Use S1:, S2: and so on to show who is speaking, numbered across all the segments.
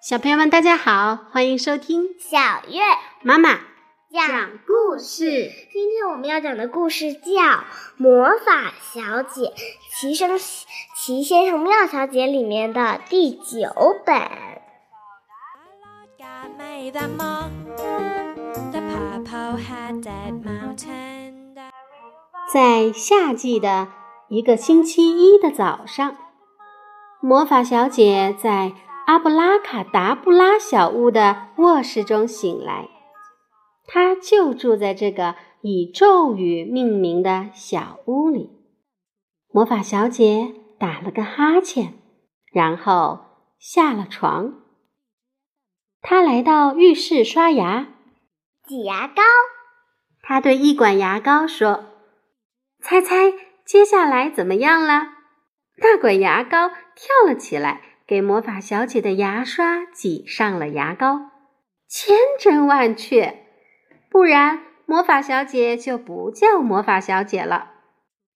S1: 小朋友们，大家好，欢迎收听
S2: 小月
S1: 妈妈
S2: 讲故事。今天我们要讲的故事叫《魔法小姐齐生齐先生妙小姐》里面的第九本。
S1: 在夏季的一个星期一的早上，魔法小姐在阿布拉卡达布拉小屋的卧室中醒来。她就住在这个以咒语命名的小屋里。魔法小姐打了个哈欠，然后下了床。她来到浴室刷牙，
S2: 挤牙膏，
S1: 她对一管牙膏说：“猜猜接下来怎么样了？”那管牙膏跳了起来，给魔法小姐的牙刷挤上了牙膏，千真万确。不然，魔法小姐就不叫魔法小姐了。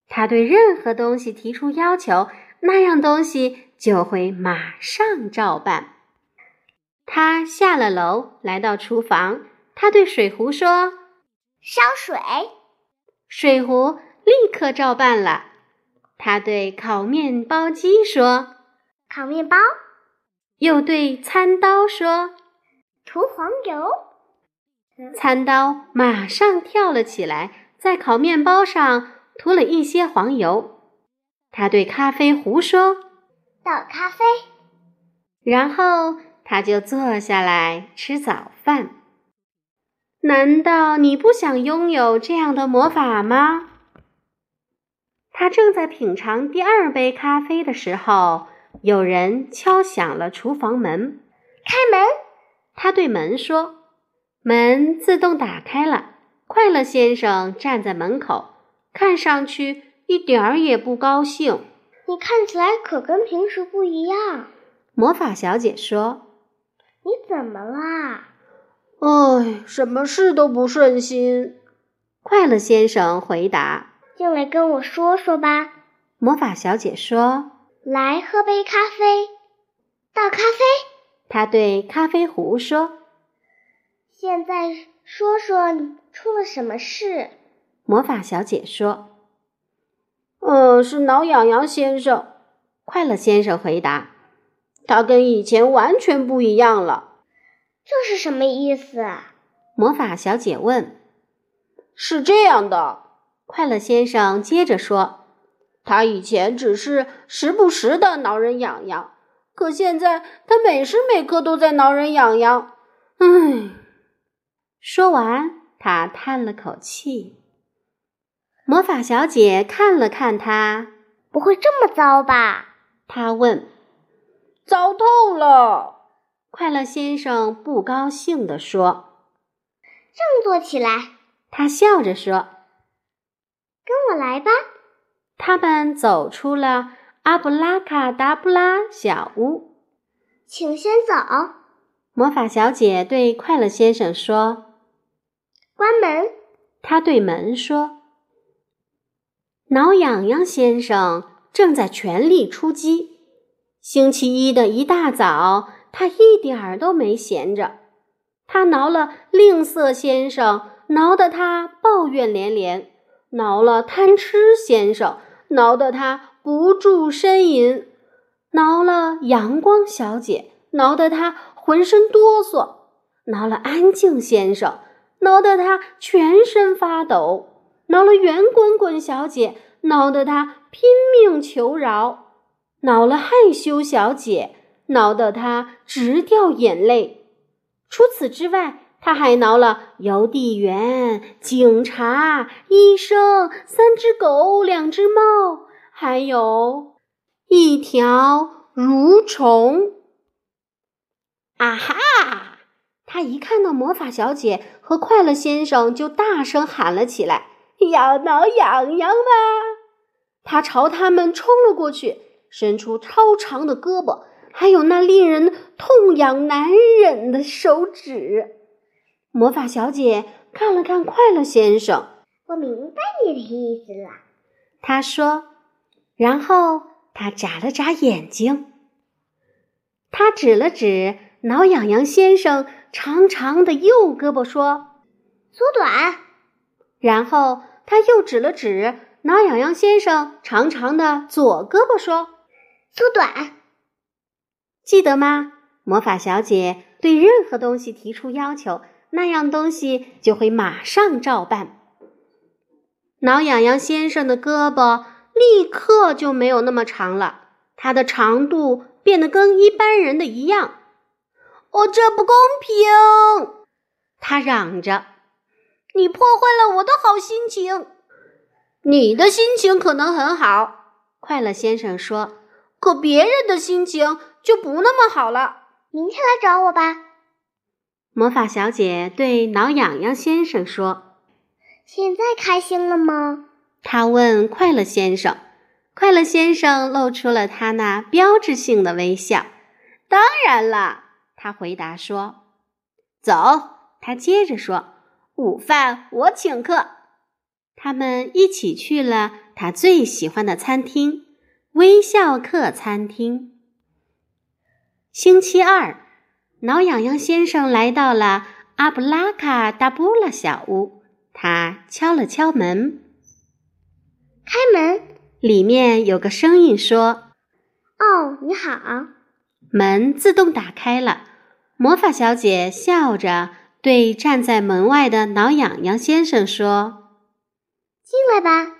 S1: 她对任何东西提出要求，那样东西就会马上照办。她下了楼，来到厨房，她对水壶说
S2: 烧水，：“
S1: 水壶立刻照办了。”她对烤面包机说，
S2: 烤面包，
S1: 又对餐刀说。
S2: 涂黄油，
S1: 餐刀马上跳了起来，在烤面包上涂了一些黄油。他对咖啡壶说，
S2: 倒咖啡，
S1: 然后他就坐下来吃早饭。难道你不想拥有这样的魔法吗？他正在品尝第二杯咖啡的时候，有人敲响了厨房门。
S2: 开门，
S1: 他对门说：“门自动打开了。”快乐先生站在门口，看上去一点儿也不高兴。
S2: 你看起来可跟平时不一样，
S1: 魔法小姐说
S2: 你怎么啦？：“
S1: 哎，什么事都不顺心。”快乐先生回答。
S2: 进来跟我说说吧。
S1: 魔法小姐说
S2: 来喝杯咖啡，倒咖啡。：“
S1: 她对咖啡壶说。
S2: 现在说说你出了什么事？”
S1: 魔法小姐说：“嗯，是挠痒痒先生。”快乐先生回答：“他跟以前完全不一样了。”
S2: 这是什么意思？
S1: 魔法小姐问：“是这样的。”快乐先生接着说：“他以前只是时不时的挠人痒痒，可现在他每时每刻都在挠人痒痒。”唉，说完，他叹了口气。魔法小姐看了看他，
S2: 不会这么糟吧？
S1: 她问：“糟透了！”快乐先生不高兴地说。
S2: 振作起来，
S1: 他笑着说。
S2: 跟我来吧。
S1: 他们走出了阿布拉卡达布拉小屋。
S2: 请先走，
S1: 魔法小姐对快乐先生说
S2: 关门。：“
S1: 她对门说，挠痒痒先生正在全力出击。星期一的一大早，他一点儿都没闲着。他挠了吝啬先生，挠得他抱怨连连；挠了贪吃先生，挠得他不住呻吟；挠了阳光小姐，挠得他浑身哆嗦；挠了安静先生，挠得他全身发抖；挠了圆滚滚小姐，挠得他拼命求饶；挠了害羞小姐，挠得他直掉眼泪。除此之外，他还挠了邮递员、警察、医生、三只狗、两只猫，还有一条蠕虫。啊哈！他一看到魔法小姐和快乐先生，就大声喊了起来：“要挠痒痒吗？”他朝他们冲了过去，伸出超长的胳膊，还有那令人痛痒难忍的手指。魔法小姐看了看快乐先生，
S2: 我明白你的意思了。
S1: 她说：“然后他眨了眨眼睛，他指了指挠痒痒先生长长的右胳膊说
S2: 缩短，：“
S1: 然后他又指了指挠痒痒先生长长的左胳膊说
S2: 缩短，：‘
S1: 记得吗？’魔法小姐对任何东西提出要求，那样东西就会马上照办。”挠痒痒先生的胳膊立刻就没有那么长了，它的长度变得跟一般人的一样。哦，这不公平！他嚷着：“你破坏了我的好心情。”你的心情可能很好，快乐先生说，可别人的心情就不那么好了。
S2: 明天来找我吧。
S1: 魔法小姐对挠痒痒先生说。
S2: 现在开心了吗？
S1: 他问快乐先生，快乐先生露出了他那标志性的微笑。当然啦，他回答说。走，他接着说，午饭我请客。他们一起去了他最喜欢的餐厅——微笑客餐厅。星期二，挠痒痒先生来到了阿布拉卡达布拉小屋，他敲了敲门。
S2: 开门。
S1: 里面有个声音说
S2: 哦，你好。：“
S1: 门自动打开了。”魔法小姐笑着对站在门外的挠痒痒先生说
S2: 进来吧。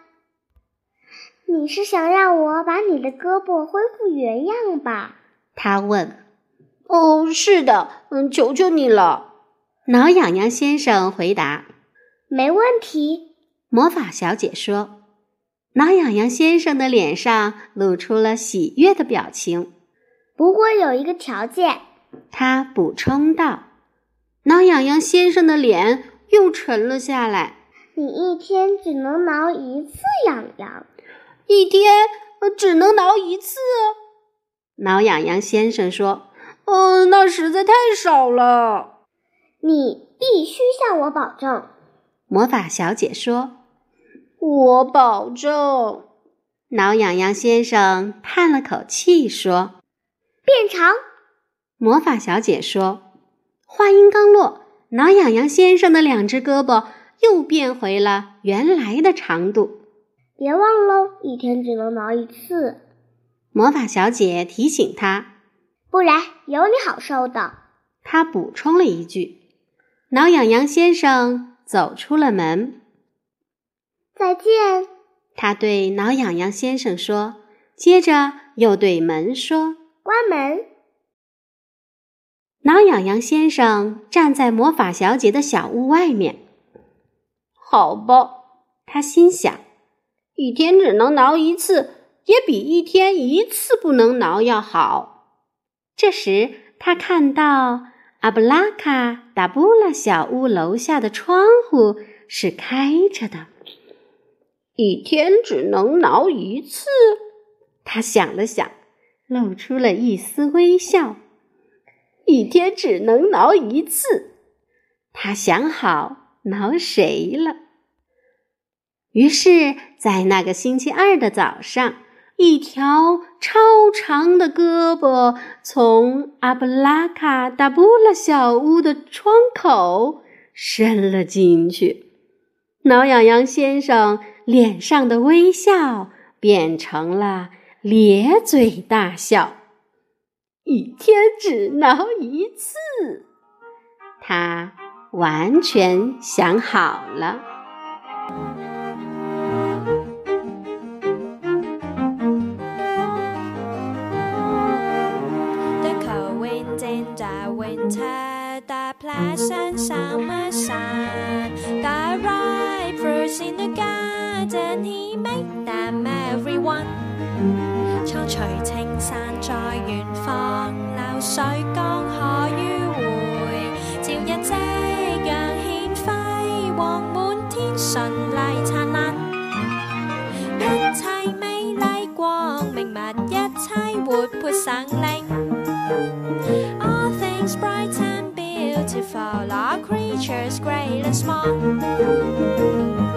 S2: 你是想让我把你的胳膊恢复原样吧？：“
S1: 他问，哦，是的，嗯，求求你了。”挠痒痒先生回答。
S2: 没问题。
S1: 魔法小姐说：“挠痒痒先生的脸上露出了喜悦的表情。”
S2: 不过有一个条件，
S1: 他补充道。挠痒痒先生的脸又沉了下来。
S2: 你一天只能挠一次痒痒。
S1: 一天呃只能挠一次。挠痒痒先生说：“嗯、那实在太少了。
S2: 你必须向我保证，”
S1: 魔法小姐说：“我保证。”挠痒痒先生叹了口气说
S2: 变长。：“
S1: 魔法小姐说。”话音刚落，挠痒痒先生的两只胳膊又变回了原来的长度。
S2: 别忘喽，一天只能挠一次，
S1: 魔法小姐提醒他：“
S2: 不然有你好受的。
S1: 他补充了一句。挠痒痒先生走出了门，
S2: 再见。
S1: 他对挠痒痒先生说，接着又对门说
S2: 关门。：“
S1: 挠痒痒先生站在魔法小姐的小屋外面。”好吧，他心想，一天只能挠一次，也比一天一次不能挠要好。这时，他看到阿布拉卡达布拉小屋楼下的窗户是开着的。一天只能挠一次，他想了想，露出了一丝微笑。一天只能挠一次，他想好挠谁了。于是，在那个星期二的早上，一条超长的胳膊从阿布拉卡达布拉小屋的窗口伸了进去。挠痒痒先生脸上的微笑变成了咧嘴大笑。一天只挠一次，他完全想好了。
S3: The cold in the winter, the pleasant summer sun, the ripe fruits in the garden, he made them everyone. 苍翠青山在遠方，流水江河迂迴，照日夕陽獻輝煌滿天，順麗燦爛。一切美麗光明物，一切活潑省力。All things bright and beautiful, all creatures great and small.